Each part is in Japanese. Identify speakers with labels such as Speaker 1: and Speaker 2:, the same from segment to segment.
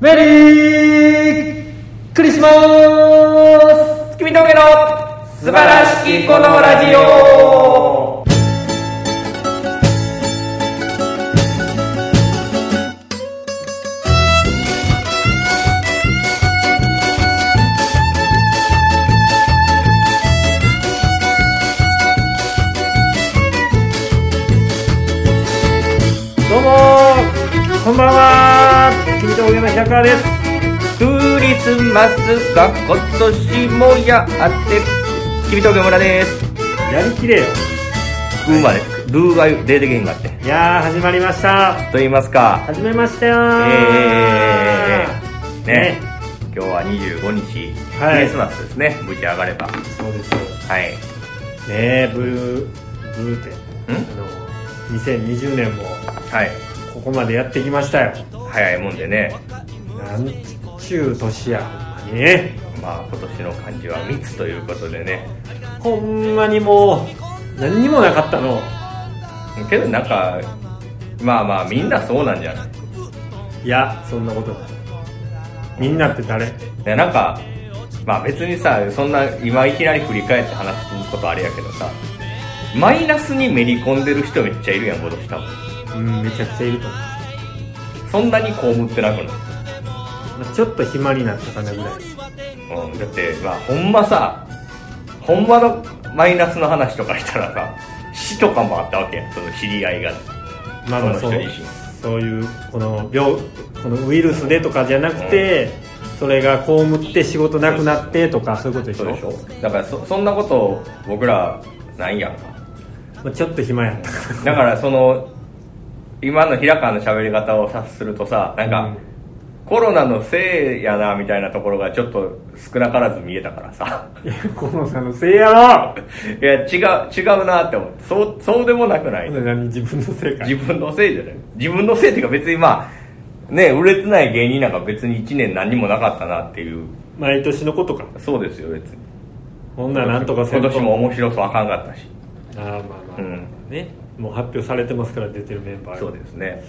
Speaker 1: メリークリスマス
Speaker 2: 月見峠の素晴らしきこのラジオ
Speaker 1: どうもこんばんは君とおげの平川です
Speaker 2: クリスマスが今年もやって月見峠村です
Speaker 1: やりきれよ
Speaker 2: 生まれルーが出てけんがって
Speaker 1: いやー始まりました
Speaker 2: と言いますか
Speaker 1: 始めましたよ
Speaker 2: え
Speaker 1: ー
Speaker 2: ー、ね今日は25日、
Speaker 1: はい
Speaker 2: クリスマスですねぶち上がれば
Speaker 1: そうですね
Speaker 2: はい
Speaker 1: えブルーブルーってあの2020年も
Speaker 2: はい
Speaker 1: ここまでやってきましたよ
Speaker 2: 早いもんでね
Speaker 1: なんちゅう年やほんまにね
Speaker 2: まあ今年の漢字は密ということでね
Speaker 1: ほんまにもう何にもなかったの
Speaker 2: けどなんかまあまあみんなそうなんじゃない
Speaker 1: いやそんなことないみんなって誰
Speaker 2: いやなんかまあ別にさそんな今いきなり振り返って話すことあれやけどさマイナスにめり込んでる人めっちゃいるやん今年多分
Speaker 1: うんめちゃくちゃいると思う
Speaker 2: そんなに被ってなく
Speaker 1: ま
Speaker 2: な
Speaker 1: あちょっと暇になったかなぐらい
Speaker 2: い、うん、だってまあほんまさほんまのマイナスの話とかしたらさ死とかもあったわけやんその知り合いが
Speaker 1: まあまあ
Speaker 2: そ
Speaker 1: そ
Speaker 2: の
Speaker 1: う
Speaker 2: 人自身
Speaker 1: そういうこの病このウイルスでとかじゃなくて、それが被って仕事なくなってとかそういうことでし
Speaker 2: そ
Speaker 1: ょ
Speaker 2: うでしょだからそそんなことを僕らないやんか
Speaker 1: まあ、ちょっと暇やったから
Speaker 2: だからその今の平川の喋り方を察するとさなんか、
Speaker 1: うん
Speaker 2: コロナのせいやなみたいなところがちょっと少なからず見えたからさ
Speaker 1: いや河野さんのせいやろ
Speaker 2: いや違う違うなって思ってそうそうでもなくない、
Speaker 1: ほんで何自分のせいか
Speaker 2: 自分のせいじゃない自分のせいっていうか別にまあね売れてない芸人なんか別に1年何にもなかったなっていう
Speaker 1: 毎年のことか
Speaker 2: そうですよ別に
Speaker 1: ほんならなんとかせ
Speaker 2: 今
Speaker 1: んと
Speaker 2: 年も面白そうあかんかったし
Speaker 1: ああまあまあ、
Speaker 2: うん
Speaker 1: ねもう発表されてますから出てるメンバーが
Speaker 2: そうですね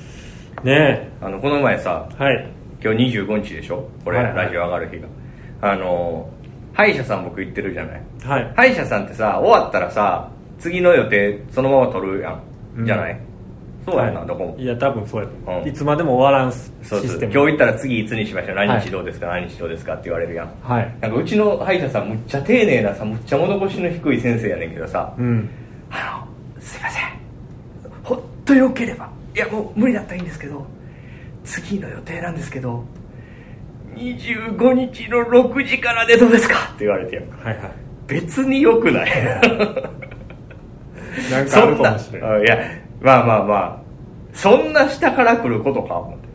Speaker 1: ね
Speaker 2: あのこの前さ
Speaker 1: えはい
Speaker 2: 今日25日でしょこれ、
Speaker 1: はいはい
Speaker 2: ラジオ上がる日があの歯医者さん僕行ってるじゃない
Speaker 1: はい
Speaker 2: 歯医者さんってさ終わったらさ次の予定そのまま取るやん、
Speaker 1: うん
Speaker 2: じゃないそうやんな、
Speaker 1: はい
Speaker 2: どこも
Speaker 1: いや多分そうや、
Speaker 2: うん
Speaker 1: いつまでも終わらんシ
Speaker 2: そうそう
Speaker 1: ステム
Speaker 2: 今日行ったら次いつにしましょう何
Speaker 1: はい
Speaker 2: 日どうですか、何日どうですかって言われるやん
Speaker 1: はい
Speaker 2: なんかうちの歯医者さんむっちゃ丁寧なさむっちゃ物腰の低い先生やねんけどさ、
Speaker 1: うん
Speaker 2: あのすいませんほんとよければいやもう無理だったらいいんですけど次の予定なんですけど25日の6時からでどうですかって言われてやんか
Speaker 1: はいはい
Speaker 2: 別によくない
Speaker 1: なんかあるかも
Speaker 2: そんな
Speaker 1: しれない
Speaker 2: いやまあまあまあそんな下から来ることか思って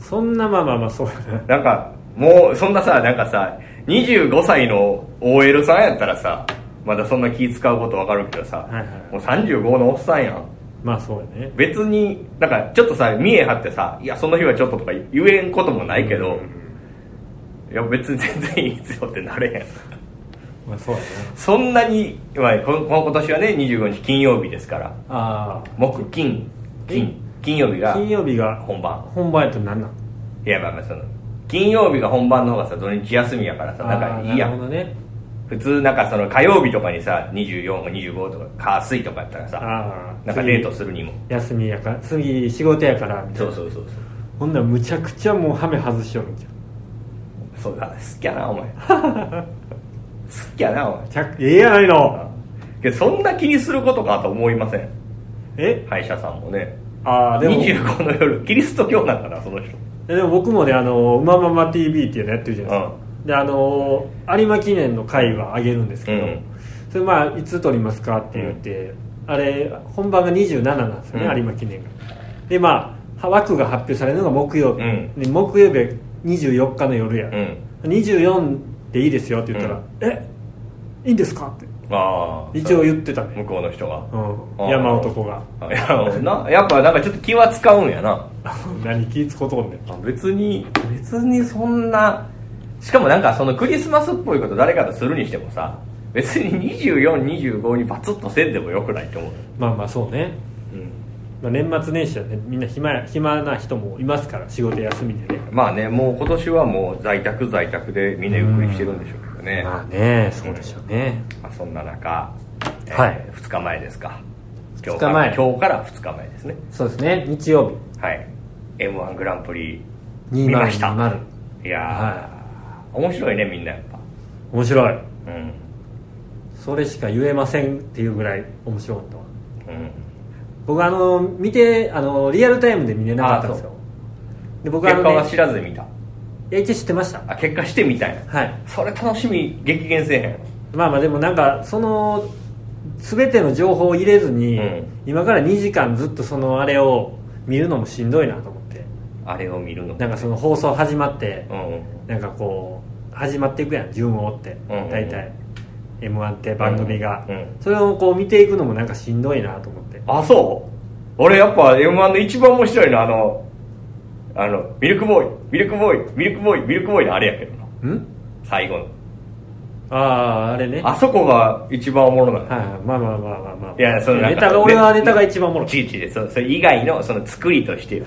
Speaker 1: そんなまあまあまあそうやな
Speaker 2: なんかもうそんなさなんかさ25歳の OL さんやったらさまだそんな気使うことわかるけどさ、
Speaker 1: いはい
Speaker 2: もう35のおっさんやん
Speaker 1: まあそうやね
Speaker 2: 別になんかちょっとさ見え張ってさ「いやその日はちょっと」とか言えんこともないけど、いや別に全然いいですよってなれへん
Speaker 1: まあそうやね
Speaker 2: そんなに、まあ、このこの今年はね25日金曜日ですから
Speaker 1: あ
Speaker 2: 木金金金曜日
Speaker 1: あ
Speaker 2: が
Speaker 1: 金曜日が
Speaker 2: 本番
Speaker 1: 本番やとなんなん
Speaker 2: いやまあまあその金曜日が本番の方がさ土日休みやからさなん
Speaker 1: あ
Speaker 2: か
Speaker 1: ー
Speaker 2: いいや
Speaker 1: なる
Speaker 2: ん
Speaker 1: ほどね
Speaker 2: 普通なんかその火曜日とかにさ24か25とか火水とかやったらさ
Speaker 1: ああ
Speaker 2: なんかデートするにも
Speaker 1: 休みやから次仕事やからみたい
Speaker 2: そう
Speaker 1: な
Speaker 2: そうそうそう
Speaker 1: ほんならむちゃくちゃもうハメ外しよるんじゃん
Speaker 2: そうだ好きやなお前 好きやなお前
Speaker 1: ちゃええやないの
Speaker 2: けどそんな気にすることかと思いません
Speaker 1: え
Speaker 2: 歯医者さんもね
Speaker 1: ああでも
Speaker 2: 25の夜キリスト教なんかなその人
Speaker 1: でも僕もね「あのうまママ TV」っていうのやってるじゃないですか、であの有馬記念の会はあげるんですけど、
Speaker 2: うん
Speaker 1: それまあいつ撮りますかって言って、あれ本番が27なんですよね、
Speaker 2: うん
Speaker 1: 有馬記念がでまあ枠が発表されるのが木曜日、
Speaker 2: うん
Speaker 1: で木曜日は24日の夜や、
Speaker 2: うん
Speaker 1: 24でいいですよって言ったら「
Speaker 2: うん
Speaker 1: えいいんですか?」って
Speaker 2: ああ
Speaker 1: 一応言ってたね、
Speaker 2: 向こうの人が
Speaker 1: うん、
Speaker 2: あー
Speaker 1: 山男が
Speaker 2: あいやなやっぱなんかちょっと気は使うんやな
Speaker 1: 何気ぃつことんねん
Speaker 2: あ別に別にそんなしかもなんかそのクリスマスっぽいこと誰かとするにしてもさ別に2425にバツッとせんでもよくないと思う、
Speaker 1: まあまあそうね
Speaker 2: うん、
Speaker 1: まあ、年末年始はねみんな暇や暇な人もいますから仕事休みでね
Speaker 2: まあねもう今年はもう在宅在宅でみんなゆっくりしてるんでしょうけどね、
Speaker 1: まあ
Speaker 2: ま
Speaker 1: ねそうでしょうね、
Speaker 2: あ、そんな中、え
Speaker 1: はい
Speaker 2: 2日前ですか
Speaker 1: 二
Speaker 2: 今日
Speaker 1: 日
Speaker 2: か
Speaker 1: 前
Speaker 2: ら今日から2日前ですね
Speaker 1: そうですね日曜日
Speaker 2: はい m 1グランプリ
Speaker 1: 2020
Speaker 2: 見ましたいやー、
Speaker 1: は
Speaker 2: 面白いねみんなやっぱ
Speaker 1: 面白い
Speaker 2: うん
Speaker 1: それしか言えませんっていうぐらい面白いと
Speaker 2: うん
Speaker 1: 僕あの見てあのリアルタイムで見れなかったんですよ
Speaker 2: あ
Speaker 1: で僕あ
Speaker 2: 結
Speaker 1: の、
Speaker 2: 果は知
Speaker 1: ね、
Speaker 2: らずに見た
Speaker 1: いや一応知ってました
Speaker 2: あ結果してみたいな
Speaker 1: はい
Speaker 2: それ楽しみ激減せえへん
Speaker 1: まあまあでもなんかその全ての情報を入れずに、
Speaker 2: うん
Speaker 1: 今から2時間ずっとそのあれを見るのもしんどいなと思って
Speaker 2: あれを見るの
Speaker 1: なんかその放送始まって
Speaker 2: う、ん
Speaker 1: なんかこう始まっていくやん順を追って、
Speaker 2: うん
Speaker 1: 大体 m 1って番組が、
Speaker 2: うんうん
Speaker 1: それをこう見ていくのもなんかしんどいなと思って
Speaker 2: あそう俺やっぱ m 1の一番面白いのはあのあのミルクボーイミルクボーイミルクボーイミルクボーイのあれやけどなん最後の
Speaker 1: あああれね
Speaker 2: あそこが一番おもろない
Speaker 1: はいはいまあまあまあまあまあ
Speaker 2: いやそのな
Speaker 1: ネ
Speaker 2: んか
Speaker 1: タが俺はネタが一番おもろい
Speaker 2: ちいちでそそれ以外のその作りとしてよ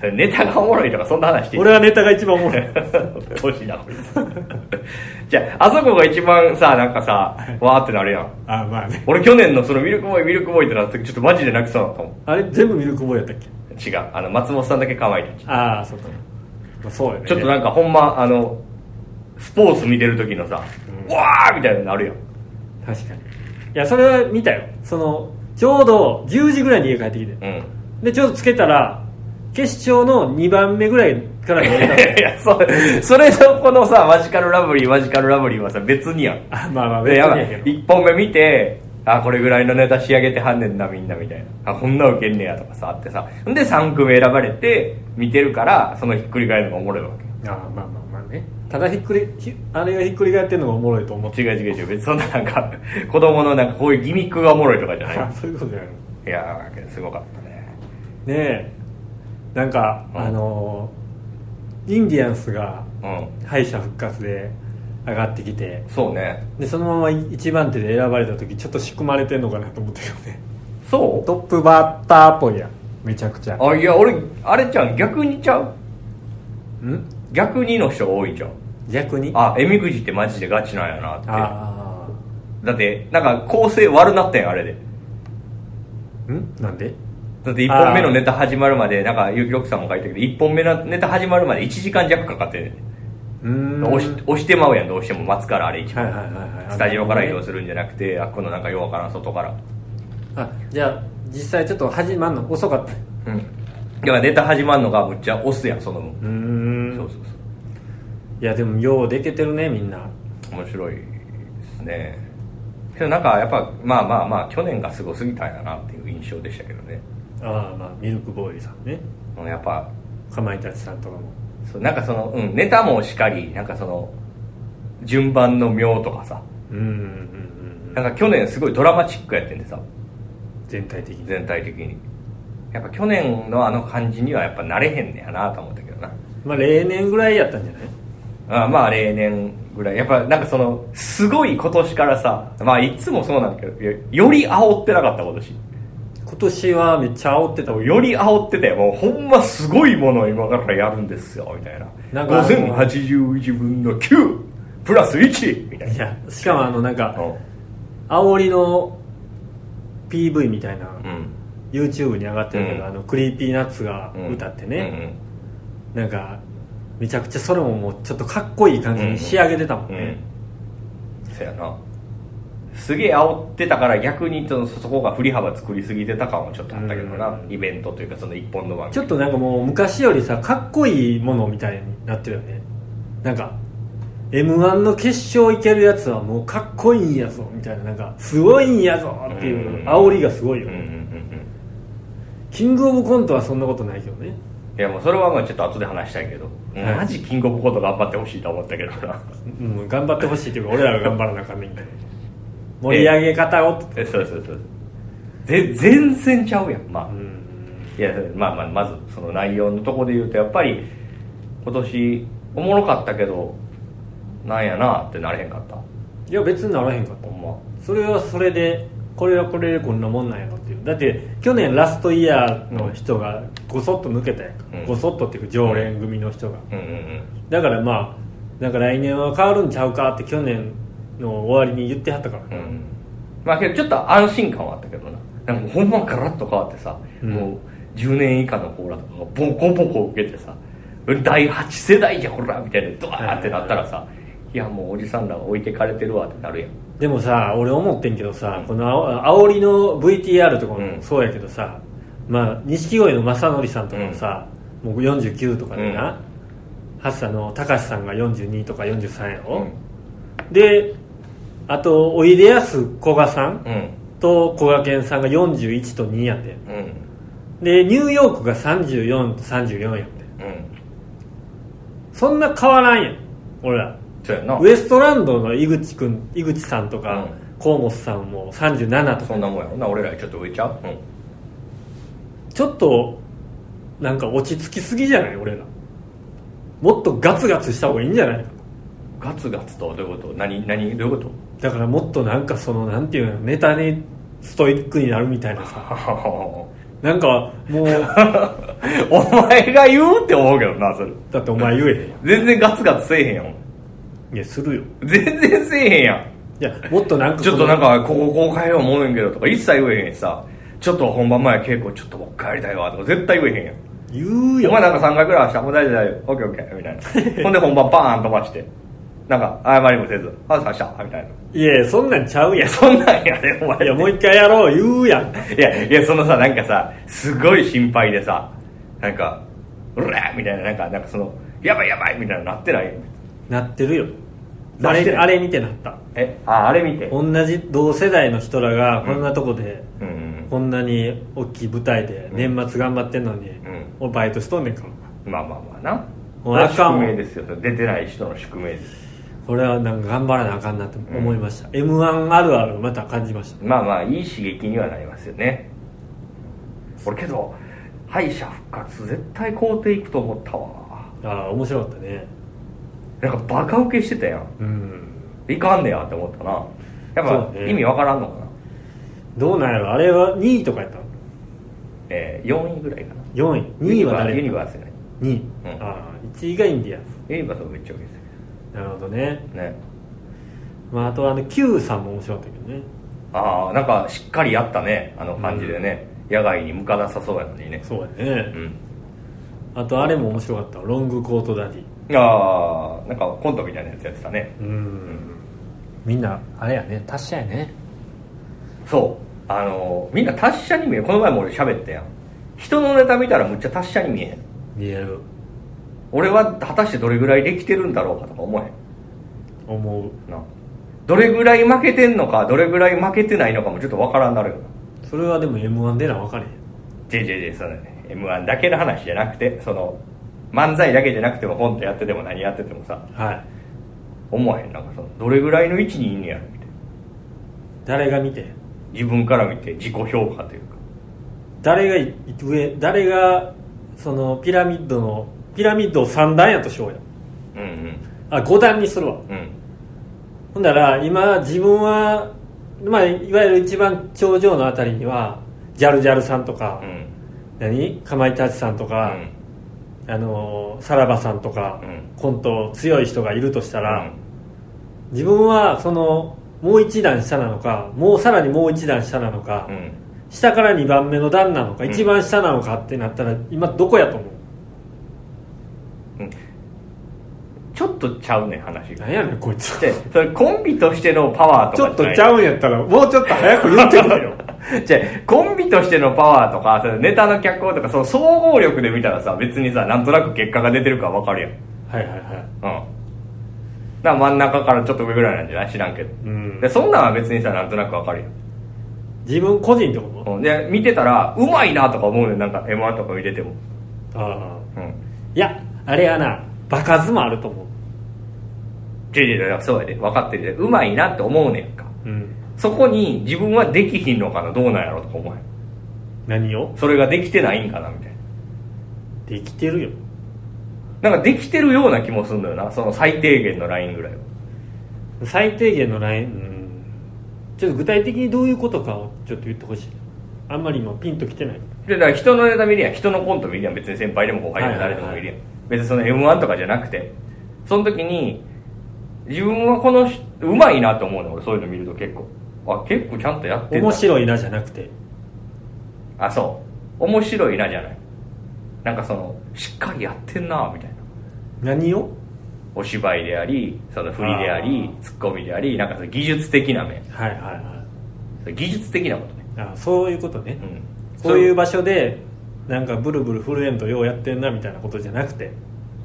Speaker 2: それネタがおもろいとかそんな話していい
Speaker 1: 俺はネタが一番おもろい
Speaker 2: 年だこいつ じゃああそこが一番さなんかさわーってなるやん
Speaker 1: あまあね
Speaker 2: 俺去年のそのミルクボーイミルクボーイってなった時ちょっとマジで泣きそうだったもん
Speaker 1: あれ全部ミルクボーイやったっけ
Speaker 2: 違うあの松本さんだけ可愛い時
Speaker 1: ああそうか、まあ、そうやね
Speaker 2: ちょっとなんかほんまあのスポーツ見てる時のさ、うわーみたいなのなるやん
Speaker 1: 確かにいやそれは見たよそのちょうど10時ぐらいに家帰ってきて
Speaker 2: うん
Speaker 1: でちょうどつけたら決勝の2番目ぐらいから見えたん
Speaker 2: い
Speaker 1: で
Speaker 2: やそそれとこのさマジカルラブリーマジカルラブリーはさ別にやん
Speaker 1: あまあまあ
Speaker 2: で
Speaker 1: 別
Speaker 2: やば
Speaker 1: にやけど
Speaker 2: い1本目見てあこれぐらいのネタ仕上げてはんねんなみんなみたいなあこんなウケんねやとかさあってさんで3組選ばれて見てるからそのひっくり返るのがおもろいわけ
Speaker 1: あーまあまあまあねただひっくりひあれがひっくり返ってるのがおもろいと思って
Speaker 2: 違う違う違う別にそんななんか 子供のなんかこういうギミックがおもろいとかじゃない
Speaker 1: あそういうことじゃないのね
Speaker 2: いやーすごかったね
Speaker 1: えなんか、
Speaker 2: うん
Speaker 1: あのーインディアンスが
Speaker 2: う
Speaker 1: 敗者復活で上がってきて
Speaker 2: んそうね
Speaker 1: でそのまま1番手で選ばれた時ちょっと仕組まれてんのかなと思ったよね
Speaker 2: そ
Speaker 1: トップバッターっぽいやんめちゃくちゃ
Speaker 2: うあいや俺あれちゃん逆にちゃうん逆にの人が多いじゃん
Speaker 1: 逆に
Speaker 2: あえみくじってマジでガチなんやなって
Speaker 1: あ
Speaker 2: だってなんか構成悪なったやんあれで
Speaker 1: ーんなんで
Speaker 2: だって1本目のネタ始まるまでなんかゆきろくさんも書いたけど1本目のネタ始まるまで1時間弱かかってんね
Speaker 1: うーん
Speaker 2: ん押し押してまうやんどうしても待つからあれ一
Speaker 1: はい
Speaker 2: 番、
Speaker 1: はいはいはい
Speaker 2: スタジオから移動
Speaker 1: す
Speaker 2: するんじゃなくてあこのなんかようわからん外から
Speaker 1: あじゃあ実際ちょっと始まんの遅かった
Speaker 2: うんだからネタ始まるのがむっちゃ押すやんその分、
Speaker 1: うーん
Speaker 2: そうそう
Speaker 1: いやでもようでけてるねみんな
Speaker 2: そう面白いですねけどなんかやっぱまあまあまあ去年がすごすぎたんやなっていう印象でしたけどね
Speaker 1: ああまあミルクボーイさんね
Speaker 2: うんやっぱ
Speaker 1: かまいたちさんとかも
Speaker 2: そうなんかその、うん、ネタもしかりなんかその順番の妙とかさ
Speaker 1: うんうんうんうん
Speaker 2: なんか去年すごいドラマチックやってんでさ
Speaker 1: 全体的に
Speaker 2: 全体的にやっぱ去年のあの感じにはやっぱ慣れへんねやなと思ったけどな
Speaker 1: まあ例年ぐらいやったんじゃない
Speaker 2: あまあ例年ぐらいやっぱなんかそのすごい今年からさまあいつもそうなんだけどよより煽ってなかった今年
Speaker 1: 今年はめっちゃ煽ってた俺
Speaker 2: より煽ってたよもうほんますごいものを今からやるんですよみたいな
Speaker 1: なんかあの
Speaker 2: 5081分の9プラス1みたい
Speaker 1: い
Speaker 2: な
Speaker 1: やしかもあのなんか
Speaker 2: うん
Speaker 1: 煽りの PV みたいな、
Speaker 2: うん、
Speaker 1: YouTube に上がってるけど、
Speaker 2: うん
Speaker 1: あのクリーピーナッツが
Speaker 2: うん
Speaker 1: 歌ってね、なんかめちゃくちゃそれももうちょっとかっこいい感じに仕上げてたもん
Speaker 2: うんうん、
Speaker 1: ね、
Speaker 2: うん、そやなすげえ煽ってたから逆にそのそこが振り幅作りすぎてた感はちょっとあったけどな、
Speaker 1: うん
Speaker 2: イベントというかその一本の番組
Speaker 1: ちょっとなんかもう昔よりさかっこいいものみたいになってるよねなんか m 1の決勝いけるやつはもうかっこいいんやぞみたいななんかすごいんやぞっていう煽りがすごいよ
Speaker 2: うん
Speaker 1: ね、
Speaker 2: うんうん
Speaker 1: キングオブコントはそんなことないけどね
Speaker 2: うんいやもうそれはまあちょっと後で話したいけど、
Speaker 1: はい
Speaker 2: マジキングオブコント頑張ってほしいと思ったけどな
Speaker 1: うん、頑張ってほしいというか俺らが頑張らなあかんねんけど盛り上げ方をって、
Speaker 2: えそうそうそうぜ全然ちゃうやんまあ、
Speaker 1: うん
Speaker 2: いやまあまあまずその内容のとこで言うとやっぱり今年おもろかったけどなんやなってなれへんかった
Speaker 1: いや別にならへんかった
Speaker 2: ほんま
Speaker 1: それはそれでこれはこれでこんなもんなんやろってっていうだって去年ラストイヤーの人がごそっと抜けたやんか、
Speaker 2: うん
Speaker 1: ごそっとっていうか常連組の人が、
Speaker 2: うんうん
Speaker 1: だからまあなんか来年は変わるんちゃうかって去年の終わりに言ってはったから
Speaker 2: うんう
Speaker 1: ね、
Speaker 2: んまあけどちょっと安心感はあったけどななんかもうほんまガラッと変わってさ、
Speaker 1: うん
Speaker 2: もう10年以下の子らとかがボコボコ受けてさ第8世代じゃこらみたいなドワーってなったらさ、いやもうおじさんらが置いてかれてるわってなるやん
Speaker 1: でもさ俺思ってんけどさ、
Speaker 2: うん
Speaker 1: このあおりの VTR とか
Speaker 2: う
Speaker 1: も
Speaker 2: ん
Speaker 1: そうやけどさ、まあ錦鯉の正則さんとかもさ、もう49とかでな、8歳の高橋さんが42とか43やろ、であとおいでやすこがさん
Speaker 2: うん
Speaker 1: とこがけんさんが41と2やってん
Speaker 2: うんうん
Speaker 1: でニューヨークが34と34やってん
Speaker 2: うん
Speaker 1: そんな変わらんやん俺ら
Speaker 2: そうやな
Speaker 1: ウエストランドの井口くん井口さんと
Speaker 2: う
Speaker 1: か
Speaker 2: ん
Speaker 1: 河本さんも37とか
Speaker 2: そんなもんやろな俺らよりちょっと上ちゃううん
Speaker 1: ちょっとなんか落ち着きすぎじゃない俺らもっとガツガツした方がいいんじゃない
Speaker 2: ガツガツとどういうこと何何どういうこと
Speaker 1: だからもっとなんかそのなんていうのネタにストイックになるみたいなさなんか もう
Speaker 2: お前が言うって思うけどなそれ
Speaker 1: だってお前言えへんや
Speaker 2: 全然ガツガツせえへんやん
Speaker 1: んいやするよ
Speaker 2: 全然せえへんや
Speaker 1: い
Speaker 2: ん
Speaker 1: やもっとなんか
Speaker 2: ちょっと
Speaker 1: その
Speaker 2: なんかこここう変えよう思うねんけどとか一切言えへんしさちょっと本番前稽古ちょっともう一回やりたいわとか絶対言えへんやん
Speaker 1: 言うよ
Speaker 2: お前なんか3回くらいはしたもう大丈夫大丈夫オッケーオッケーみたいなほんで本番バーン飛ばしてなんか謝りもせず「あさした」みたいない
Speaker 1: やそんなんちゃうやん
Speaker 2: そんなんやでお前
Speaker 1: いやもう一回やろう言うやん
Speaker 2: いや、いや、そのさ、なんかさ、すごい心配でさ、なんか、うらーみたいな、なんか、なんかその、やばいやばいみたいなのなってない
Speaker 1: なってるよあ
Speaker 2: なって
Speaker 1: れ
Speaker 2: る
Speaker 1: あれ見てなった
Speaker 2: え、あ、あれ見て。うん
Speaker 1: 同じ同世代の人らがこんなとこで、
Speaker 2: うん
Speaker 1: こんなに大きい舞台で年末頑張ってんのに、
Speaker 2: ん
Speaker 1: 俺バイトしとんねんから
Speaker 2: うん。まあまあまあな。
Speaker 1: もうあかん
Speaker 2: 宿
Speaker 1: わ
Speaker 2: 命ですよ。それ出てない人の宿命です。
Speaker 1: 俺はなんか頑張らなあかんなって思いました、m 1あるあるをまた感じました
Speaker 2: まあまあ、いい刺激にはなりますよね。俺けど、敗者復活絶対肯定いくと思ったわ。
Speaker 1: ああ面白かったね
Speaker 2: なんかバカ受けしてたやん。
Speaker 1: うん
Speaker 2: いかんねやって思ったな。やっ
Speaker 1: そう
Speaker 2: ぱ、
Speaker 1: ね
Speaker 2: 意味わからんのかな。
Speaker 1: どうなんやろあれは2位とかやったの
Speaker 2: えー、4位ぐらいかな。
Speaker 1: 4位2位は
Speaker 2: ユ
Speaker 1: 誰
Speaker 2: ニバースやね。
Speaker 1: 2位、
Speaker 2: うん
Speaker 1: ああ1位がインディアン
Speaker 2: ユニバースはめっちゃ受けてた
Speaker 1: スなるほどね、
Speaker 2: けどね。
Speaker 1: まあ、あとあの Q さんも面白かったけどね
Speaker 2: ああなんかしっかりやったねあの感じでね、野外に向かなさそうやのにね
Speaker 1: そうやね、
Speaker 2: うん
Speaker 1: あとあれも面白かったロングコートダディ
Speaker 2: ああなんかコントみたいなやつやってたね
Speaker 1: うんみんなあれやね達者やね
Speaker 2: そうあのーみんな達者に見えるこの前も俺喋ったやん人のネタ見たらむっちゃ達者に見えへん
Speaker 1: 見える
Speaker 2: 俺は果たしてどれぐらいできてるんだろうかとか思えへ
Speaker 1: 思うん
Speaker 2: などれぐらい負けてんのかどれぐらい負けてないのかもちょっとわからんなるよな
Speaker 1: それはでも m 1でな分かれへん
Speaker 2: JJJ その m 1だけの話じゃなくてその漫才だけじゃなくてもコントやってても何やっててもさ
Speaker 1: はい
Speaker 2: 思わへんなんかそのどれぐらいの位置にいんねやろみたいな
Speaker 1: 誰が見て
Speaker 2: 自分から見て自己評価というか
Speaker 1: 誰がい上誰がそのピラミッドのピラミッドを3段やとしようや
Speaker 2: うん
Speaker 1: あ5段にするわ
Speaker 2: うんうん
Speaker 1: ほんだら今自分は、まあ、いわゆる一番頂上のあたりにはジャルジャルさんとか、
Speaker 2: うん
Speaker 1: 何かまいたちさんとか、あのーさらばさんとか、
Speaker 2: うん
Speaker 1: コント強い人がいるとしたら、
Speaker 2: うん
Speaker 1: 自分はそのもう一段下なのかもうさらにもう一段下なのか、
Speaker 2: うん
Speaker 1: 下から2番目の段なのか、
Speaker 2: うん
Speaker 1: 一番下なのかってなったら今どこやと思う
Speaker 2: ちょっとちゃうねん話が
Speaker 1: 何やねんこいつ
Speaker 2: でそれコンビとしてのパワー
Speaker 1: ち
Speaker 2: と
Speaker 1: ょ
Speaker 2: か
Speaker 1: っとちゃうんやったらもうちょっと早く言ってくれよ
Speaker 2: じゃコンビとしてのパワーとかそのネタの脚光とかその総合力で見たらさ別にさなんとなく結果が出てるから分かるやん
Speaker 1: はいはいはい
Speaker 2: うん。だから真ん中からちょっと上ぐらいなんじゃない知らんけど。
Speaker 1: うん
Speaker 2: で、そんなんは別にさ、なんとなくわかるよ。
Speaker 1: 自分個人ってこ
Speaker 2: うんで、見てたら、うまいなとか思うねんなんか M1 とか入れても。
Speaker 1: とああ
Speaker 2: うん。
Speaker 1: いやあれやな場数もあると思
Speaker 2: ジェリーだからそうやで、分かってるで、うまいなって思うねんか。
Speaker 1: ううん
Speaker 2: そこに自分はできひんのかな、どうなんやろとか思う
Speaker 1: 何を
Speaker 2: それができてないんかな、みたい
Speaker 1: できてるよ
Speaker 2: な。なんかできてるような気もすんだよな、その最低限のラインぐらいは。
Speaker 1: 最低限のラインうんちょっと具体的にどういうことかをちょっと言ってほしいあんまり今ピンときてない
Speaker 2: でだから人のネタ見るやん人のコント見るやん別に先輩でも後輩でも誰でも見るやん、別にその m 1とかじゃなくてその時に自分はこの人うまいなと思うの俺そういうの見ると結構あ結構ちゃんとやってんだ
Speaker 1: 面白いなじゃなくて
Speaker 2: あそう面白いなじゃないなんかそのしっかりやってんなみたいな
Speaker 1: 何を
Speaker 2: お芝居でありその振りでありツッコミでありなんかその技術的な面
Speaker 1: はいはいは
Speaker 2: その技術的なことね、
Speaker 1: いあそういうことね、
Speaker 2: うん、
Speaker 1: そういう場所でなんかブルブル震えんとようやってんなみたいなことじゃなくて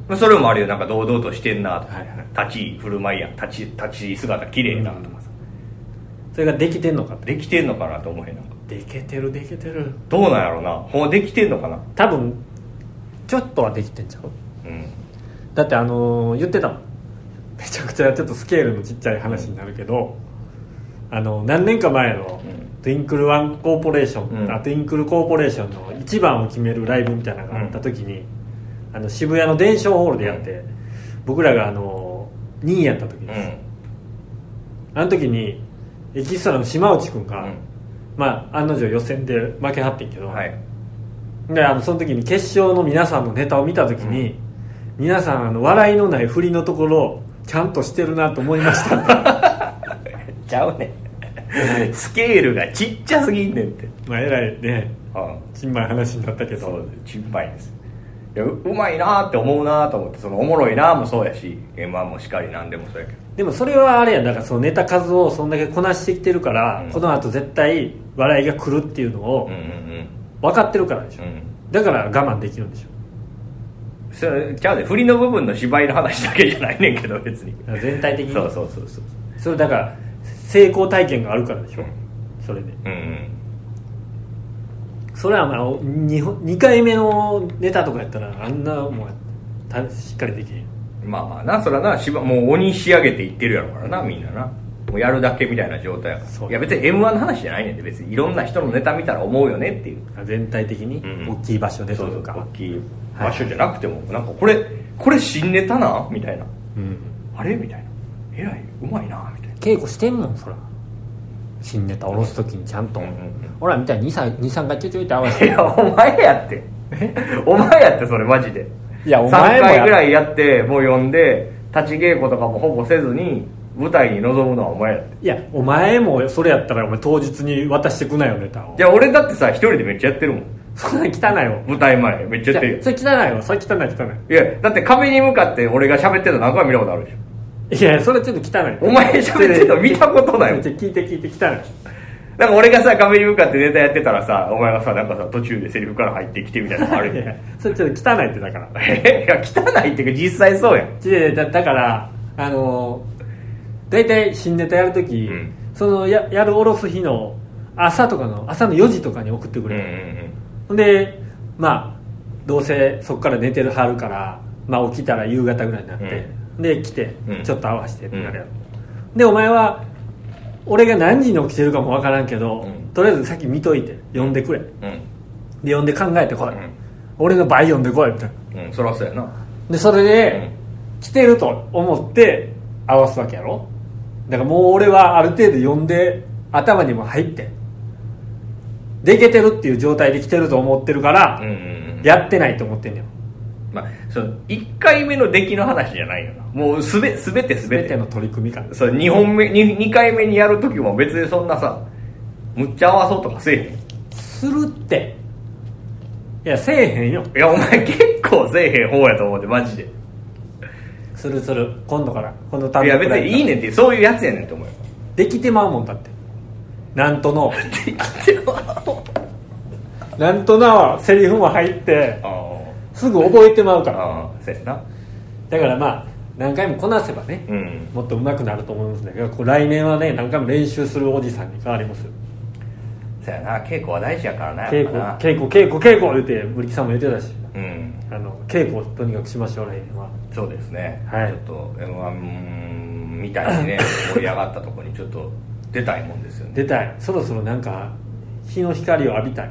Speaker 2: まあそれもあるよなんか堂々としてんなとか、
Speaker 1: はいはい
Speaker 2: 立ち居振る舞いや立ち立ち姿綺麗だなとかさ、
Speaker 1: それができてんのかって
Speaker 2: できてんのかなと思えなんか
Speaker 1: できてるできてる
Speaker 2: どうなんやろうなほうできてんのかな
Speaker 1: 多分ちょっとはできてんちゃう
Speaker 2: うん
Speaker 1: だってあのー言ってたもんめちゃくちゃちょっとスケールのちっちゃい話になるけど、あの何年か前の、
Speaker 2: うん
Speaker 1: トゥインクルワンコーポレーション、
Speaker 2: うん
Speaker 1: あトゥインクルコーポレーションの一番を決めるライブみたいなのがあった時に、あの渋谷の伝承ホールでやって、僕らがあの2位やった時
Speaker 2: う
Speaker 1: です、
Speaker 2: ん
Speaker 1: あの時にエキストラの島内くんが、
Speaker 2: うん
Speaker 1: まあ案の定予選で負けはってんけど、
Speaker 2: はい
Speaker 1: であのその時に決勝の皆さんのネタを見た時に、皆さんあの笑いのない振りのところちゃんとしてるなと思いましたって
Speaker 2: ちゃうね スケールがちっちゃすぎんねんって
Speaker 1: まあえらいね
Speaker 2: うん
Speaker 1: ちんまい話になったけ
Speaker 2: そ
Speaker 1: ど
Speaker 2: うちんぱいですいやううまいなーって思うなーと思ってそのおもろいなーもそうやし m 1もしっかりなんでもそうやけど
Speaker 1: でもそれはあれやだからそのネタ数をそんだけこなしてきてるから、
Speaker 2: うん
Speaker 1: この後絶対笑いが来るっていうのを
Speaker 2: うんうん
Speaker 1: 分かってるからでし
Speaker 2: うん
Speaker 1: ょ、
Speaker 2: うん
Speaker 1: だから我慢できるんでしょ
Speaker 2: それちゃうで振りの部分の芝居の話だけじゃないねんけど別に
Speaker 1: だから全体的に
Speaker 2: そうそうそうそう
Speaker 1: それだから成功体験があるからでしょ、
Speaker 2: うん
Speaker 1: それで
Speaker 2: うんうん
Speaker 1: それはまあ 2, 二回目のネタとかやったらあんなもうたしっかりできへん
Speaker 2: まあまあなそらな芝もう鬼仕上げていってるやろからなみんななもうやるだけみたいな状態やか
Speaker 1: そ
Speaker 2: ら
Speaker 1: う
Speaker 2: いや別に m 1の話じゃないねんで別にいろんな人のネタ見たら思うよねっていう
Speaker 1: 全体的に
Speaker 2: うん
Speaker 1: 大きい場所でと
Speaker 2: そう
Speaker 1: い
Speaker 2: そうう
Speaker 1: か、
Speaker 2: 大きい場所じゃなくても、なんかこれこれ新ネタなみたいな
Speaker 1: うん
Speaker 2: あれみたいなえらいうまいなみたいな
Speaker 1: 稽古してんもんそら新ネタ下ろす時にちゃんと、
Speaker 2: うんうんうん
Speaker 1: 俺らみたいに23回ちょいちょいって合わせ
Speaker 2: いやお前やってお前やってそれマジで
Speaker 1: いやお
Speaker 2: 3
Speaker 1: 前もや
Speaker 2: 回ぐらいやってもう呼んで立ち稽古とかもほぼせずに舞台に臨むのはお前やって
Speaker 1: いやお前もそれやったらお前当日に渡してくなよネタを
Speaker 2: いや俺だってさ一人でめっちゃやってるもん
Speaker 1: そんなん汚いよ
Speaker 2: 舞台前めっちゃやってるよ
Speaker 1: いやそれ汚いわそれ汚い汚
Speaker 2: いや、だって壁に向かって俺が喋ってるの何回も見たことあるでしょ。
Speaker 1: いいやそれちょっと汚い
Speaker 2: お前喋ってるの見たことないもん
Speaker 1: ちょ聞いて聞いて汚い
Speaker 2: なんか俺がさ、壁に向かってネタやってたらさ、お前がさ、なんかさ、途中でセリフから入ってきてみたいなのある
Speaker 1: い
Speaker 2: よ。
Speaker 1: やそれちょっと汚いってだから
Speaker 2: えいや、汚いっていうか実際そうやん。
Speaker 1: でだだからあの大体新ネタやるとき、
Speaker 2: うん
Speaker 1: そのややるおろす日の朝とかの朝の4時とかに送ってく
Speaker 2: うんう
Speaker 1: れ
Speaker 2: ん
Speaker 1: る、ほんでまあどうせそこから寝てるはるから、まあ、起きたら夕方ぐらいになって、で来て、
Speaker 2: うん
Speaker 1: ちょっと合わせてってなるやろ、でお前は俺が何時に起きてるかもわからんけど、
Speaker 2: うん
Speaker 1: とりあえず先見といて呼んでくれ
Speaker 2: うん。
Speaker 1: で呼んで考えてこい、
Speaker 2: うん
Speaker 1: 俺の倍呼んでこいみたいな
Speaker 2: うん。うん、そらそうやな。
Speaker 1: でそれ
Speaker 2: う
Speaker 1: で
Speaker 2: ん
Speaker 1: 来てると思って合わすわけやろだからもう俺はある程度呼んで頭にも入ってでけてるっていう状態で来てると思ってるから、
Speaker 2: うんうんうん。
Speaker 1: やってないと思ってんねん
Speaker 2: まあ、その、1回目の出来の話じゃないよな。もうすべ、すべてすべ
Speaker 1: 全
Speaker 2: て。
Speaker 1: ての取り組みから
Speaker 2: そう、2本目、2, 二回目にやるときも別にそんなさ、むっちゃ合わそうとかせえへん。
Speaker 1: するっていやせえへんよ
Speaker 2: いや、お前結構せえへん方やと思うで、マジで。
Speaker 1: するする今度からこのタ
Speaker 2: いや別にいいねんってそういうやつやねんと思うよ
Speaker 1: できてまうもんだってなんと のなんとなセリフも入って
Speaker 2: あ
Speaker 1: すぐ覚えてまうから
Speaker 2: あそうやな
Speaker 1: だからまあ何回もこなせばね、
Speaker 2: うん
Speaker 1: もっと上手くなると思いますねだからこう来年はね何回も練習するおじさんに変わりますよ
Speaker 2: そうやな稽古は大事やからな
Speaker 1: 稽
Speaker 2: やっ
Speaker 1: 古
Speaker 2: ぱな
Speaker 1: 稽古稽古稽古言うてブリキさんも言ってたし
Speaker 2: うん
Speaker 1: あの稽古をとにかくしましょう来年は
Speaker 2: そうですね、
Speaker 1: はい
Speaker 2: ちょっと m 1みたいに ね盛り上がったとこにちょっと出たいもんですよね、
Speaker 1: 出たいそろそろなんか日の光を浴びたい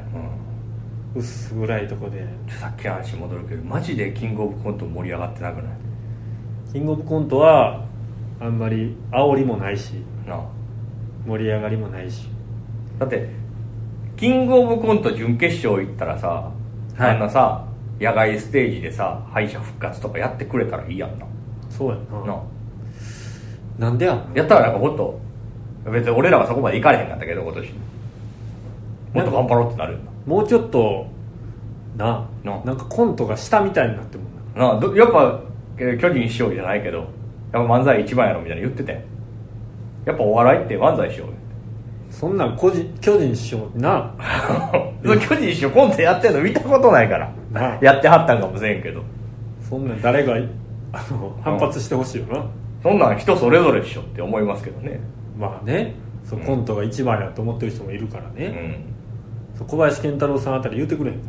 Speaker 2: うん、
Speaker 1: 薄暗いとこで
Speaker 2: ちょさっきの話に戻るけどマジでキングオブコント盛り上がってなくない
Speaker 1: キングオブコントはあんまり煽りもないし
Speaker 2: なあ
Speaker 1: 盛り上がりもないし
Speaker 2: だってキングオブコント準決勝行ったらさ、
Speaker 1: はい
Speaker 2: あんなさ野外ステージでさ敗者復活とかやってくれたらいいやんな,、
Speaker 1: そうやん
Speaker 2: な
Speaker 1: ななんでやん
Speaker 2: やったらなんかもっと別に俺らはそこまで行かれへんかったけど今年もっと頑張ろうってなるよ
Speaker 1: もうちょっとな
Speaker 2: な
Speaker 1: なんかコントが下みたいになってもんな
Speaker 2: ななどやっぱえー巨人師匠じゃないけどやっぱ漫才一番やろみたいな言ってたやんやっぱお笑いって漫才し ようよ
Speaker 1: そんなん個人巨人師匠ってな
Speaker 2: そう巨人師匠コントやってんの見たことないから
Speaker 1: な
Speaker 2: やってはったんかもしれんけど
Speaker 1: そんなん誰が あの反発してほしいよな
Speaker 2: そんなん人それぞれでしょって思いますけどね
Speaker 1: まあねそうコントが一番やと思ってる人もいるから
Speaker 2: う
Speaker 1: ね、
Speaker 2: ん
Speaker 1: そう小林健太郎さんあたり言うてくれへんか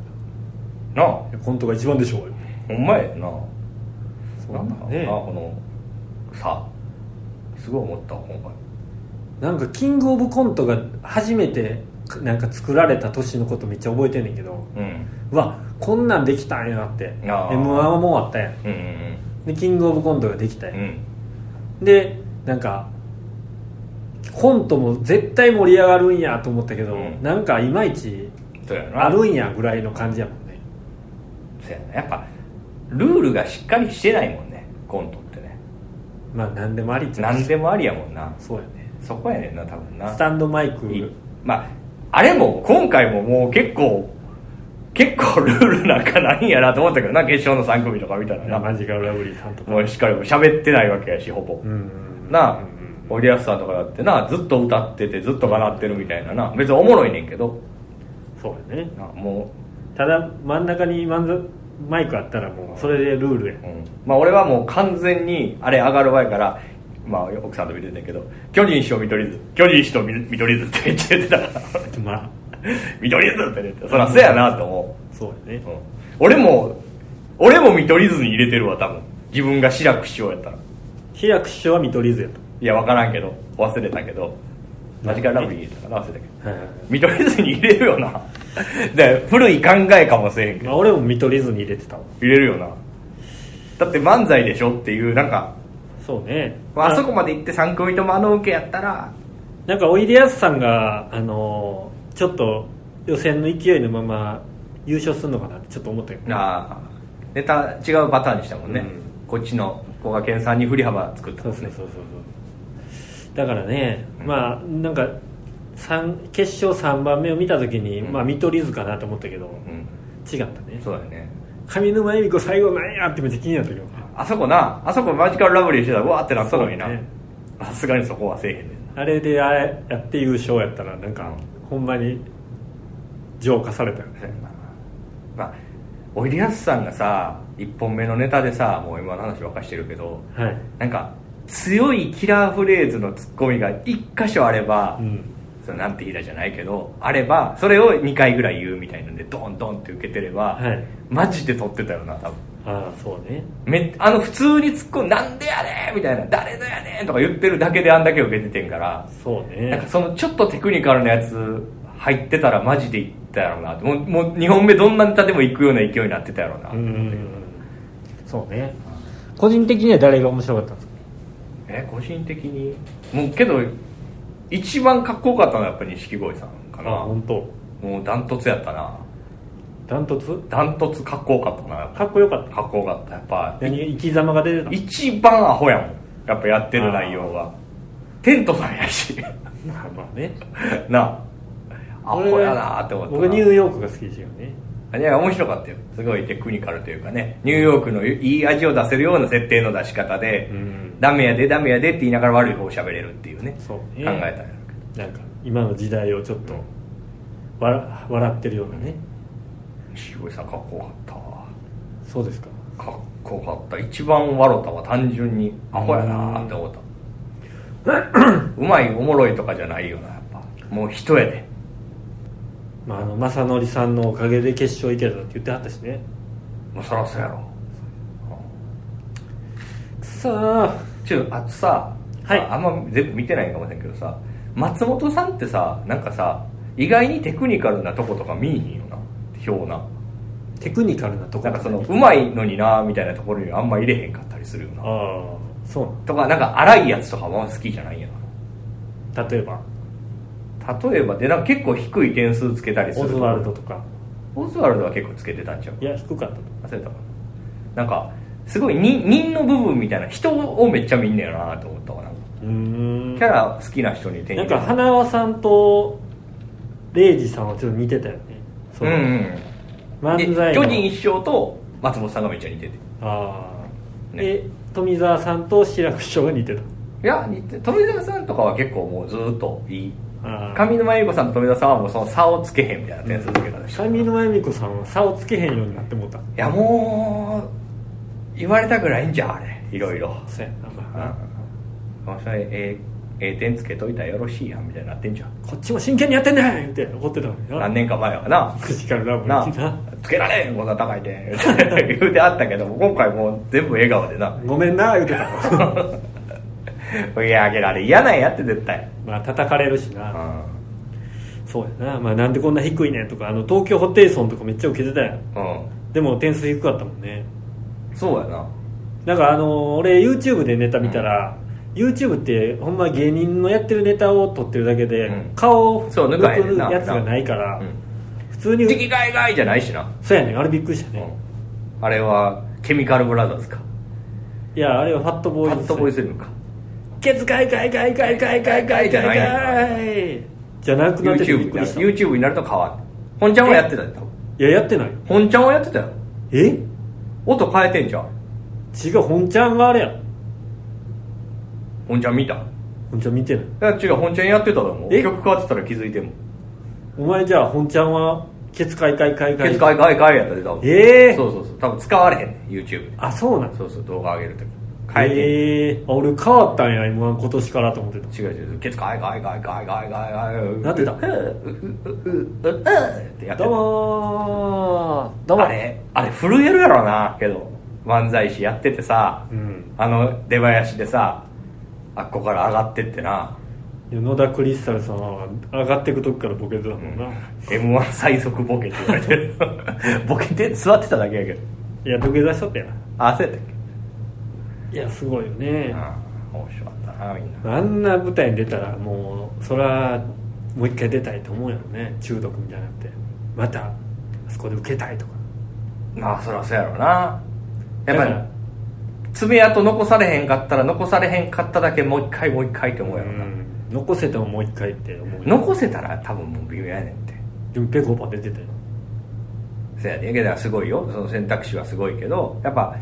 Speaker 1: ら
Speaker 2: なあ
Speaker 1: いやコントが一番でしょうよ
Speaker 2: ほんまやな
Speaker 1: そ
Speaker 2: なんだろうな、
Speaker 1: ね
Speaker 2: このさすごい思ったわ今
Speaker 1: な
Speaker 2: 回
Speaker 1: んかキングオブコントが初めてなんか作られた年のことめっちゃ覚えてんねんけど
Speaker 2: うん
Speaker 1: うわこんなんできたんやなって
Speaker 2: あー
Speaker 1: m 1はもうあったやん
Speaker 2: う
Speaker 1: で
Speaker 2: ん
Speaker 1: キングオブコントができたや
Speaker 2: うん
Speaker 1: ん、
Speaker 2: うん
Speaker 1: でなんかコントも絶対盛り上がるんやと思ったけど、
Speaker 2: うん
Speaker 1: なんかいまいち
Speaker 2: そうやな
Speaker 1: あるんやぐらいの感じやもんね
Speaker 2: そうやなやっぱルールがしっかりしてないもんねコントってね
Speaker 1: まあ何でもありっちゃ
Speaker 2: 何でもありやもんな
Speaker 1: そうやね
Speaker 2: そこやねんな多分な
Speaker 1: スタンドマイ
Speaker 2: い
Speaker 1: ク
Speaker 2: まああれも今回ももう結構結構ルールなんかないんやなと思ったけどな決勝の3組とか見たらな
Speaker 1: マジカルラブリーさんとか
Speaker 2: もうしっかり喋ってないわけやしほぼ、
Speaker 1: うん
Speaker 2: なあ
Speaker 1: うん
Speaker 2: おいでやすさんとかだってなずっと歌っててずっと笑ってるみたいなな別におもろいねんけど
Speaker 1: そうやね
Speaker 2: なも
Speaker 1: ただ真ん中に漫才マイクあったらもうそれでルールや
Speaker 2: う、うんまあ、俺はもう完全にあれ上がる前から、まあ、奥さんと見てんだけど「巨人師匠見取り図巨人師匠見見取り図」ってめっちゃ言ってたから
Speaker 1: まあ
Speaker 2: 見取り図って言ってそらそうやなと思
Speaker 1: そうやね
Speaker 2: う、うん俺も俺も見取り図に入れてるわ多分自分が志らく師匠やったら
Speaker 1: 飛躍師匠は見取り図や
Speaker 2: いや分からんけど忘れたけどマジカルラブリーやったかな忘れたけど
Speaker 1: と、
Speaker 2: 見取り図に入れるよな で古い考えかもしれへんけ
Speaker 1: ま
Speaker 2: ど
Speaker 1: あ、俺も見取り図に入れてたわ
Speaker 2: 入れるよなだって漫才でしょっていうなんか
Speaker 1: そうね
Speaker 2: あそこまで行って3組ともあの受けやったら
Speaker 1: なんかおいでやすさんがあのーちょっと予選の勢いのまま優勝するのかなってちょっと思ったけど
Speaker 2: あネタ違うパターンにしたもんね、
Speaker 1: うん
Speaker 2: こっちのこがけんさんに振り幅作った
Speaker 1: そ
Speaker 2: も
Speaker 1: うんそう
Speaker 2: ね
Speaker 1: そうそうそうだからね、まあなんか三決勝3番目を見た時に、
Speaker 2: うん
Speaker 1: まあ見取り図かなと思ったけど、違ったね
Speaker 2: うんそうだよね
Speaker 1: 上沼恵美子最後なんやってめっちゃ気になったけど
Speaker 2: あそこなあそこマジカルラブリーしてたらうわーってなったのにな
Speaker 1: そうね
Speaker 2: さすがにそこはせえへんねん
Speaker 1: あれであれやって優勝やったらなんかほんまに浄化されたよね
Speaker 2: そうやなまあおいでやすさんがさ1本目のネタでさもう今の話沸かしてるけど
Speaker 1: はい、
Speaker 2: なんか強いキラーフレーズのツッコミが1箇所あれば、
Speaker 1: うん、
Speaker 2: そのなんて言いだじゃないけどあればそれを2回ぐらい言うみたいなんでドンドンって受けてれば、
Speaker 1: はい
Speaker 2: マジで撮ってたよな多分
Speaker 1: ああそうね
Speaker 2: めあの普通にツッコんで「なんでやねん!」みたいな「誰のやねん!」とか言ってるだけであんだけ受けててんから、
Speaker 1: そう
Speaker 2: なん
Speaker 1: ね
Speaker 2: かそのちょっとテクニカルなやつ入ってたらマジでいったやろうなってもうもう2本目どんなネタでも行くような勢いになってたやろうな、
Speaker 1: うんそうね個人的には誰が面白かったんですか
Speaker 2: え個人的にもうけど一番かっこよかったのはやっぱ錦鯉さんかな
Speaker 1: あ本当。
Speaker 2: もうダントツやったな
Speaker 1: ダントツ
Speaker 2: ダントツかっこよかったなやっ
Speaker 1: かっこよかっ
Speaker 2: ぱ
Speaker 1: た
Speaker 2: かっこよかったやっぱ
Speaker 1: 何生き様が出て
Speaker 2: 一番アホやもんやっぱやってる内容がテントさんやし
Speaker 1: た まあまあね
Speaker 2: なあアホやなって思ったな
Speaker 1: 僕ニューヨークが好きですよね
Speaker 2: いや面白かったよすごいテクニカルというかねニューヨークのいい味を出せるような設定の出し方で、
Speaker 1: うん
Speaker 2: ダメやでダメやでって言いながら悪い方を喋れるっていうね
Speaker 1: そう
Speaker 2: 考え
Speaker 1: ね
Speaker 2: たんやろうけど
Speaker 1: なんか今の時代をちょっと笑笑ってるようなね
Speaker 2: 錦鯉さんかっこよかったわ
Speaker 1: そうですか
Speaker 2: かっこよかった一番笑ったは単純にアホやなーって思ったうまいおもろいとかじゃないよなやっぱもう人やで
Speaker 1: まあ、あの正則さんのおかげで決勝行けたって言ってはったしね
Speaker 2: もうそらそうやろ
Speaker 1: くそー
Speaker 2: ちょっとあとさ、
Speaker 1: はい
Speaker 2: ああんま全部見てないかもしれんけどさ松本さんってさなんかさ意外にテクニカルなとことか見えへんよな表な
Speaker 1: テクニカルなとこ
Speaker 2: な
Speaker 1: ろ
Speaker 2: んかそのうまいのになーみたいなところにあんま入れへんかったりするよな
Speaker 1: ああそ
Speaker 2: とかなんか荒いやつとかは好きじゃないよな
Speaker 1: う例えば
Speaker 2: 例えばでなんか結構低い点数つけたりす
Speaker 1: オ
Speaker 2: る
Speaker 1: ズワルドとか
Speaker 2: オズワルドは結構つけてたんちゃう
Speaker 1: いや低かったと
Speaker 2: 忘れたかななんかすごい人人の部分みたいな人をめっちゃ見んねやなと思ったわなんか
Speaker 1: うーん
Speaker 2: キャラ好きな人に手に
Speaker 1: なんか
Speaker 2: 入れる
Speaker 1: 花輪さんと礼二さんはちょっと似てたよねそ
Speaker 2: うん
Speaker 1: の、
Speaker 2: うんで
Speaker 1: 漫才の
Speaker 2: 巨人一生と松本さんがめっちゃ似てて
Speaker 1: ああ、
Speaker 2: ね
Speaker 1: で富澤さんと志らく師匠が似てた
Speaker 2: いや似て富澤さんとかは結構もうずーっといい
Speaker 1: あー
Speaker 2: 上沼恵美子さんと富澤さんはもうその差をつけへんみたいな点数つけ方でした、
Speaker 1: 上
Speaker 2: い
Speaker 1: 沼恵美子さんは差をつけへんようになってもうた
Speaker 2: やもう言われたくないんじゃんあれいろいろ
Speaker 1: そうやな
Speaker 2: うんもうそれええええ点つけといたらよろしいやんみたいになってんじゃん
Speaker 1: こっちも真剣にやってんねんって怒ってたのにな
Speaker 2: 何年か前はな
Speaker 1: フィジカルラブ
Speaker 2: な
Speaker 1: にな
Speaker 2: つけられんこんな高い点 言うてあったけども今回もう全部笑顔でな
Speaker 1: ごめんな言うてた の
Speaker 2: 振り上げられ嫌なんやって絶対
Speaker 1: まあ叩かれるし
Speaker 2: う
Speaker 1: なんそうやな、まあ、なんでこんな低いねんとかあの東京ホテイソンとかめっちゃ受けてたやん
Speaker 2: う
Speaker 1: でも点数低かったもんね
Speaker 2: んそうやな
Speaker 1: なんかあの俺 YouTube でネタ見たら、YouTube ってほんま芸人のやってるネタを撮ってるだけで、
Speaker 2: うん
Speaker 1: 顔を
Speaker 2: そう抜かへんな
Speaker 1: やつがないから、
Speaker 2: うん
Speaker 1: 普通に
Speaker 2: 時期外外じゃないしな
Speaker 1: そうやねんあれびっくりした
Speaker 2: う
Speaker 1: ね、
Speaker 2: んあれはケミカルブラザーズか
Speaker 1: いやあれはファットボーイ
Speaker 2: パッとボイ
Speaker 1: ズ
Speaker 2: スルームか
Speaker 1: ケツかいかいかいかいかいかいかいかいかいじゃなくなっててびっ
Speaker 2: YouTube に
Speaker 1: く
Speaker 2: な
Speaker 1: り
Speaker 2: る
Speaker 1: した
Speaker 2: YouTube になると変わる本ちゃんはやってたよ多分
Speaker 1: いややってない
Speaker 2: 本ちゃんはやってたよ
Speaker 1: え
Speaker 2: 音変えてんじゃん
Speaker 1: 違う本ちゃんがあれやん
Speaker 2: 本ちゃん見たい
Speaker 1: 本ちゃん見てない
Speaker 2: や違う本ちゃんやってたと思う
Speaker 1: え
Speaker 2: 曲変わってたら気づいてんもん
Speaker 1: お前じゃあ本ちゃんはケツかいかいかいか
Speaker 2: ケ
Speaker 1: い
Speaker 2: ツ変え変え変えやったで多分
Speaker 1: ええ
Speaker 2: そうそうそう多分使われへんねん YouTube で
Speaker 1: あそうなん
Speaker 2: そうそう動画上げるとき変えてん
Speaker 1: ええあ俺変わったんや m 1今年からと思ってた
Speaker 2: 違う違うケツガイガイガイガイガイガイガイ
Speaker 1: なってた
Speaker 2: ううううううってやっ
Speaker 1: ど
Speaker 2: てた
Speaker 1: うもーどうも
Speaker 2: あれあれ震えるやろなけど漫才師やっててさ、
Speaker 1: うん
Speaker 2: あの出囃子でさあっこから上がってってな、
Speaker 1: 野田クリスタルさんは上がってく時からボケてたもんな、
Speaker 2: m 1最速ボケって言われてるボケて座ってただけやけど
Speaker 1: いや土下座しとったやん
Speaker 2: あそうやったっ
Speaker 1: いやすごいよ
Speaker 2: け、
Speaker 1: ね
Speaker 2: ああ面白かったなみんな
Speaker 1: あんな舞台に出たらもうそらもう一回出たいと思うやろね中毒みたいになってまたあそこで受けたいとか
Speaker 2: まあそりゃそうやろなや
Speaker 1: だ
Speaker 2: っぱ
Speaker 1: か
Speaker 2: り
Speaker 1: ら
Speaker 2: 爪痕残されへんかったら残されへんかっただけもう一回もう一回って思うや
Speaker 1: う
Speaker 2: ろな、
Speaker 1: ん残せてももう一回って思うよ
Speaker 2: 残せたら多分もう微妙やねんって
Speaker 1: でもペコパ出てたよ
Speaker 2: せやねんけどすごいよその選択肢はすごいけどやっぱ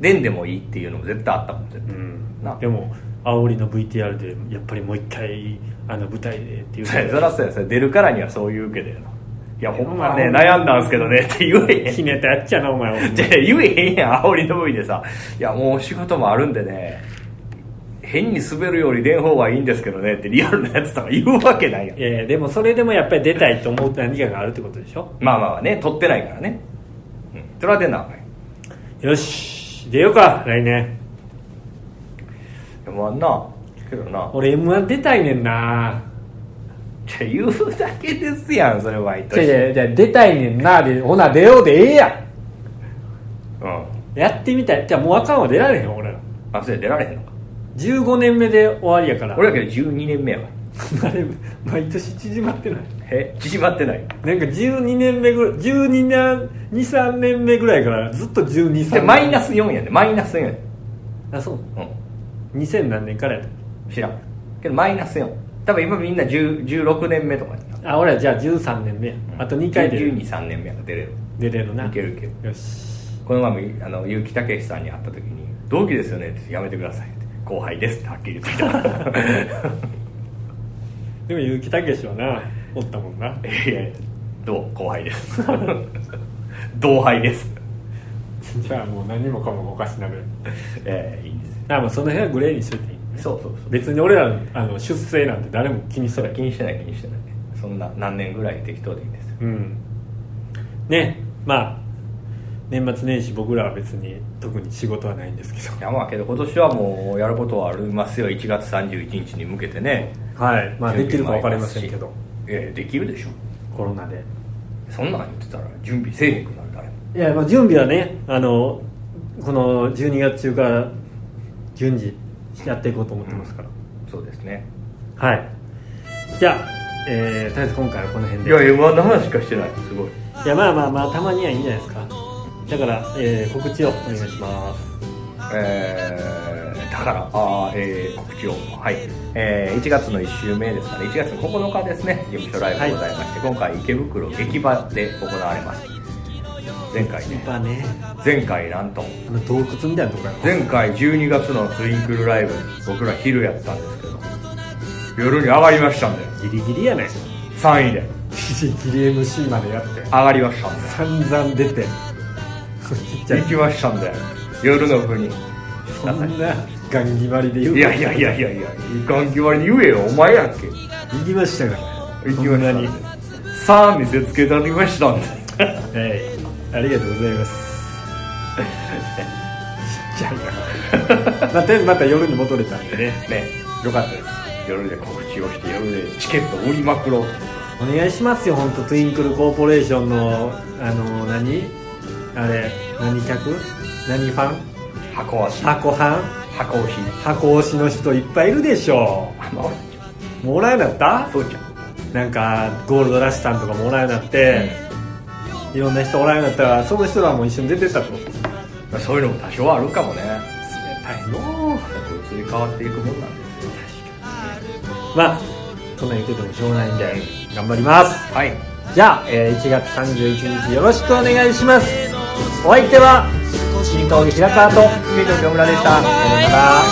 Speaker 2: 出んでもいいっていうのも絶対あったもん絶
Speaker 1: う
Speaker 2: 対、なん
Speaker 1: でも煽りの VTR でやっぱりもう一回あの舞台でっていう
Speaker 2: そやそらそうやそれ出るからにはそう言うけどやないやほんまね
Speaker 1: まあ
Speaker 2: 悩んだんす けどねって言えへ
Speaker 1: ひ
Speaker 2: ん
Speaker 1: ねたやっちゃなお前は
Speaker 2: じゃあ言えへんやん煽りの部位でさ「いやもう仕事もあるんでね変に滑るより出ん方がいいんですけどね」ってリアルなやつとか言うわけないやん
Speaker 1: いやいやでもそれでもやっぱり出たいと思う何かがあるってことでしょ
Speaker 2: まあまあまあね取ってないからね、うん、それは出んなあかんやん
Speaker 1: よし出ようか来年
Speaker 2: でもあんなけどな
Speaker 1: 俺 m 1出たいねんな
Speaker 2: じゃあ言うだけですやんそれ毎年
Speaker 1: ゃじゃ出たいねんなでほな出ようでええや
Speaker 2: うん
Speaker 1: んやってみたいじゃあもうあかんわ出られへんわ俺ら
Speaker 2: あそれ出られへんのか
Speaker 1: 15年目で終わりやから
Speaker 2: 俺だけど12年目やわ
Speaker 1: あれ毎年縮まってない
Speaker 2: え縮まってない
Speaker 1: なんか12年目ぐらい12年23年目ぐらいからずっと1 2
Speaker 2: で
Speaker 1: 歳
Speaker 2: マイナス4やでマイナス4やで
Speaker 1: あそう
Speaker 2: う
Speaker 1: 2000何年からやっ
Speaker 2: ん知らんけどマイナス4多分今みんな10 16年目とかやな
Speaker 1: たあ俺らじゃあ13年目や、あと2回出れる
Speaker 2: 123年目やから出れる
Speaker 1: 出れるない
Speaker 2: けるいける
Speaker 1: よし
Speaker 2: この前もあの結城武さんに会った時に「同期ですよね」って「やめてください」って「後輩です」ってはっきり言ってきた
Speaker 1: でも結城武はなおったもんない
Speaker 2: やいやどう後輩です 同輩です
Speaker 1: じゃあもう何もかもおかしなぐらい
Speaker 2: ええいいんですよ
Speaker 1: あもうその辺はグレーにしといていい
Speaker 2: そうそうそう
Speaker 1: 別に俺らのあの出生なんて誰も気にし
Speaker 2: そ
Speaker 1: てな
Speaker 2: れ
Speaker 1: い
Speaker 2: 気にしてない気にしてないそんな何年ぐらい適当でいいんですよ
Speaker 1: うんねまあ年末年始僕らは別に特に仕事はないんですけ
Speaker 2: いやまあけど今年はもうやることはありますよ1月31日に向けてね
Speaker 1: ど はいまあできるか分かりませんけど
Speaker 2: いやいやできるでしょ
Speaker 1: コロナで
Speaker 2: そんなん言ってたら準備せえへんくなる誰も
Speaker 1: いやまあ準備はねあのこの12月中から順次やっていこうと思ってますから、
Speaker 2: そうですね
Speaker 1: はいじゃあえー、とりあえず今回はこの辺
Speaker 2: い
Speaker 1: で
Speaker 2: や m 1の話しかしてないすごい
Speaker 1: いやまあまあまあたまにはいいんじゃないですかだから、えー、告知をお願いします
Speaker 2: えーだから、あーえー告知を、はいえー1月の1週目ですかね、1月の9日ですね、事務所ライブがございまして、今回、池袋劇場で行われます。前回
Speaker 1: やっ
Speaker 2: ね、
Speaker 1: ぱね
Speaker 2: 前回なんと、
Speaker 1: あの洞窟みたいなとこやろ
Speaker 2: 前回12月のツインクルライブ、僕ら昼やったんですけど、夜に上がりましたんで、
Speaker 1: ギリギリやね
Speaker 2: 3位で
Speaker 1: ギリギリ MC までやって
Speaker 2: 上がりましたんで。
Speaker 1: 散々出て ちっちゃい
Speaker 2: 行きましたんで夜の部に
Speaker 1: そんなガン決まりで言う
Speaker 2: いやいやいやいやいやいかん決まりに言えよお前やっけ
Speaker 1: 行きましたから
Speaker 2: 行きました
Speaker 1: ほん
Speaker 2: ん
Speaker 1: に
Speaker 2: でさあ見せつけたりましたんで
Speaker 1: はいありがとうございます ちっちゃいな まあとりあえずまた夜に戻れたんでね
Speaker 2: ね
Speaker 1: よかったです
Speaker 2: 夜で告知をして夜でチケット売りまくろう
Speaker 1: お願いしますよ本当ツインクルコーポレーションのあの何あれ何客何ファン
Speaker 2: 箱足
Speaker 1: 箱ファン
Speaker 2: 箱押し
Speaker 1: 箱推しの人いっぱいいるでしょ
Speaker 2: あま
Speaker 1: もうおらんようになっ
Speaker 2: そうじゃん
Speaker 1: たなんかゴールドラッシュさんとかもおらんようになって、いろんな人おらんようになったらその人らも一緒に出てったってことですね
Speaker 2: まあそういうのも多少はあるかもね
Speaker 1: 大変よ
Speaker 2: だって移り変わっていくもんなんですよ
Speaker 1: まあそんなん言っててもしょうがないんで頑張ります
Speaker 2: はい
Speaker 1: じゃあ、えー1月31日よろしくお願いしますお相手は新峠平川と
Speaker 2: 緑の村でした
Speaker 1: さようなら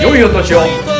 Speaker 2: 良いお年を